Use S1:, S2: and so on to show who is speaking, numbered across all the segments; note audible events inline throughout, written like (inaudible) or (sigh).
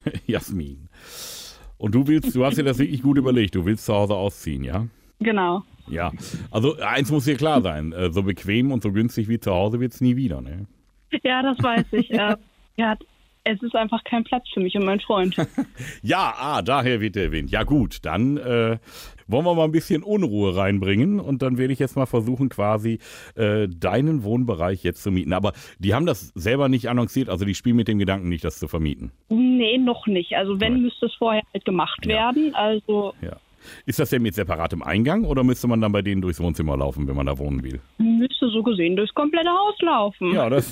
S1: (laughs) Jasmin. Und du willst, du hast dir das wirklich gut überlegt, du willst zu Hause ausziehen, ja?
S2: Genau.
S1: Ja. Also eins muss dir klar sein, äh, so bequem und so günstig wie zu Hause wird es nie wieder, ne?
S2: Ja, das weiß
S1: (laughs)
S2: ich. äh, ja, es ist einfach kein Platz für mich und mein Freund.
S1: Ja, ah, daher wird er erwähnt. Ja gut, dann äh, wollen wir mal ein bisschen Unruhe reinbringen und dann werde ich jetzt mal versuchen, quasi äh, deinen Wohnbereich jetzt zu mieten. Aber die haben das selber nicht annonciert, also die spielen mit dem Gedanken nicht, das zu vermieten.
S2: nee, noch nicht. Also wenn,
S1: Nein.
S2: müsste es vorher halt gemacht
S1: Ja.
S2: werden. Also
S1: Ja. Ist das denn mit separatem Eingang oder müsste man dann bei denen durchs Wohnzimmer laufen, wenn man da wohnen will?
S2: müsste so gesehen durchs komplette Haus laufen.
S1: Ja, das.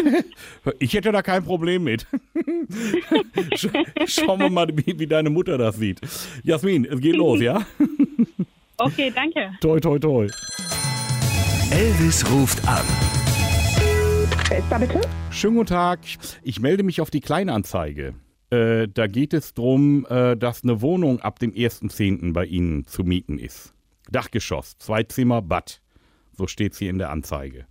S1: Ich hätte da kein Problem mit. Sch schauen wir mal, wie, wie deine Mutter das sieht. Jasmin, es geht los, ja?
S2: Okay, danke. (laughs)
S1: Toi, toi, toi.
S3: Elvis ruft an.
S1: Äh,
S4: Wer ist da bitte?
S1: Schönen guten Tag. Ich melde mich auf die Kleinanzeige. Äh, da geht es darum, äh, dass eine Wohnung ab dem 1.10. bei Ihnen zu mieten ist. Dachgeschoss, zwei Zimmer, Bad. So steht es hier in der Anzeige.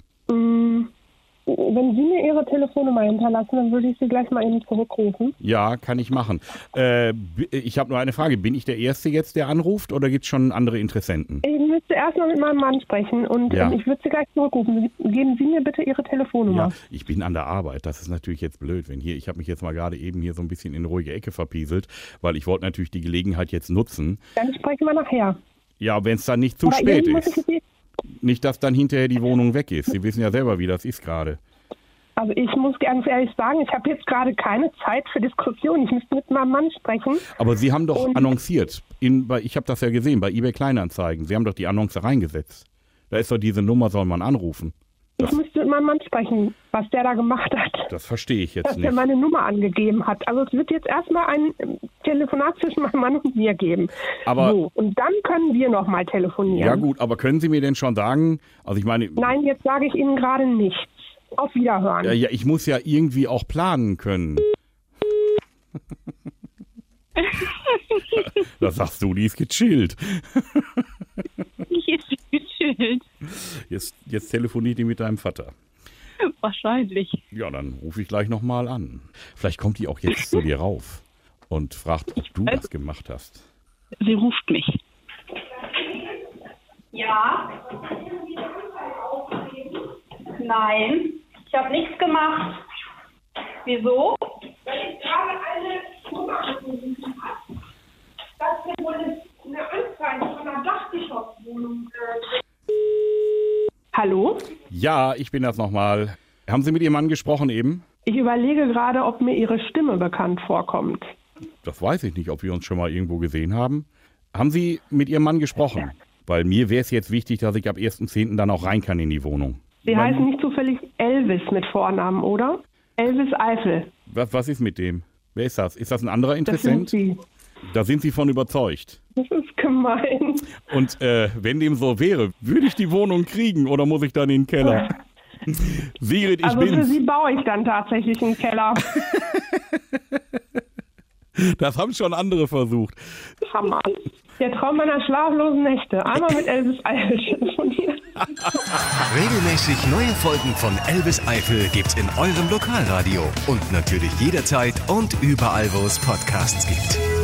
S4: Wenn Sie mir Ihre Telefonnummer hinterlassen, dann würde ich Sie gleich mal eben zurückrufen.
S1: Ja, kann ich machen. Äh, bi- ich habe nur eine Frage. Bin ich der Erste jetzt, der anruft oder gibt es schon andere Interessenten?
S4: Ich müsste erstmal mit meinem Mann sprechen und
S1: Ja.
S4: ähm, ich würde Sie gleich zurückrufen. Sie- Geben Sie mir bitte Ihre
S1: Ja,
S4: Telefonnummer.
S1: ich bin an der Arbeit. Das ist natürlich jetzt blöd, wenn hier, ich habe mich jetzt mal gerade eben hier so ein bisschen in eine ruhige Ecke verpieselt, weil ich wollte natürlich die Gelegenheit jetzt nutzen.
S4: Dann sprechen wir nachher.
S1: Ja, wenn es dann nicht zu
S4: Aber
S1: spät
S4: irgendwie muss
S1: ist.
S4: Ich Sie,
S1: Nicht, dass dann hinterher die Wohnung weg ist. Sie wissen ja selber, wie das ist gerade.
S4: also ich muss ganz ehrlich sagen, ich habe jetzt gerade keine Zeit für Diskussion. Ich müsste mit meinem Mann sprechen.
S1: Aber Sie haben doch
S4: Und-
S1: annonciert. In, bei, ich habe das ja gesehen bei eBay Kleinanzeigen. Sie haben doch die Annonce reingesetzt. Da ist doch diese Nummer, soll man anrufen.
S4: Ich müsste mit meinem Mann sprechen, was der da gemacht hat.
S1: Das verstehe ich jetzt
S4: Dass er
S1: nicht.
S4: meine Nummer angegeben hat. Also es wird jetzt erstmal ein ähm, Telefonat zwischen meinem Mann und mir geben.
S1: Aber-
S4: so, und dann können wir nochmal telefonieren.
S1: Ja gut, aber können Sie mir denn schon sagen? Also ich meine,
S4: Nein, jetzt sage ich Ihnen gerade nichts. Auf Wiederhören.
S1: ja, ja, ich muss ja irgendwie auch planen können. Das sagst du, die ist gechillt.
S2: Ich ist gechillt.
S1: Jetzt, jetzt telefoniert die mit deinem Vater.
S2: Wahrscheinlich.
S1: Ja, dann rufe ich gleich nochmal an. Vielleicht kommt die auch jetzt zu dir rauf und fragt, ob du
S2: weiß-
S1: das gemacht hast.
S2: Sie ruft mich.
S5: Ja. Nein, ich habe nichts gemacht. Wieso? Weil ich gerade eine dass wir wohl eine Anzeige von einer Dachgeschosswohnung äh,
S4: Hallo?
S1: Ja, ich bin das nochmal. Haben Sie mit Ihrem Mann gesprochen eben?
S4: Ich überlege gerade, ob mir Ihre Stimme bekannt vorkommt.
S1: Das weiß ich nicht, ob wir uns schon mal irgendwo gesehen haben. Haben Sie mit Ihrem Mann gesprochen? Weil mir wäre es jetzt wichtig, dass ich ab 1.10. dann auch rein kann in die Wohnung.
S4: Sie
S1: Mein-
S4: heißen nicht zufällig Elvis mit Vornamen, oder? Elvis Eifel.
S1: Was, was ist mit dem? Wer ist das? Ist das ein anderer
S4: Das sind
S1: Interessent?
S4: Sie.
S1: da sind Sie von überzeugt.
S4: Das ist gemein.
S1: Und äh, wenn dem so wäre, würde ich die Wohnung kriegen oder muss ich dann in den Keller? Sigrid, ich
S4: Also für
S1: bin's.
S4: Sie baue ich dann tatsächlich einen Keller.
S1: (laughs) Das haben schon andere versucht.
S4: Hammer. Der Traum meiner schlaflosen Nächte. Einmal mit Elvis Eifel
S1: (laughs)
S4: telefoniert.
S3: Regelmäßig neue Folgen von Elvis Eifel gibt's in eurem Lokalradio und natürlich jederzeit und überall, wo es Podcasts gibt.